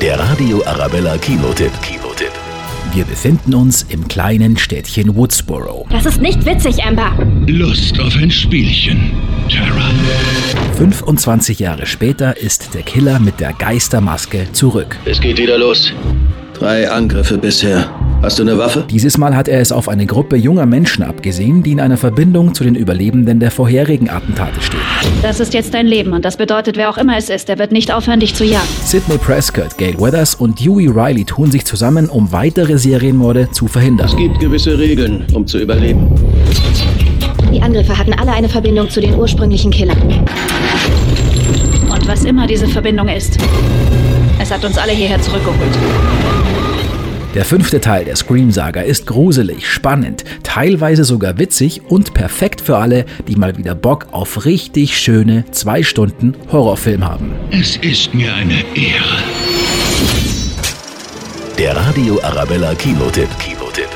Der Radio Arabella Kinotipp. Kinotipp. Wir befinden uns im kleinen Städtchen Woodsboro. Das ist nicht witzig, Amber. Lust auf ein Spielchen, Tara. 25 Jahre später ist der Killer mit der Geistermaske zurück. Es geht wieder los. Drei Angriffe bisher. Hast du eine Waffe? Dieses Mal hat er es auf eine Gruppe junger Menschen abgesehen, die in einer Verbindung zu den Überlebenden der vorherigen Attentate stehen. Das ist jetzt dein Leben und das bedeutet, wer auch immer es ist, der wird nicht aufhören, dich zu jagen. Sidney Prescott, Gail Weathers und Huey Riley tun sich zusammen, um weitere Serienmorde zu Es verhindern. gibt gewisse Regeln, um zu überleben. Die Angriffe hatten alle eine Verbindung zu den ursprünglichen Killern. Und was immer diese Verbindung ist, es hat uns alle hierher zurückgeholt. Der fünfte Teil der Scream-Saga ist gruselig, spannend, teilweise sogar witzig und perfekt für alle, die mal wieder Bock auf richtig schöne zwei Stunden Horrorfilm haben. Es ist mir eine Ehre. Der Radio Arabella Kinotipp. Kinotipp.